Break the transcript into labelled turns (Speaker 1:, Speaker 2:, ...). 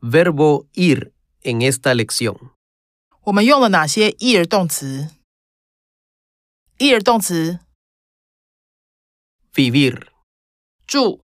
Speaker 1: verbo ir en esta lección.
Speaker 2: 我们用了哪些 ear 动词？ear 动词
Speaker 1: Vivir,
Speaker 2: 住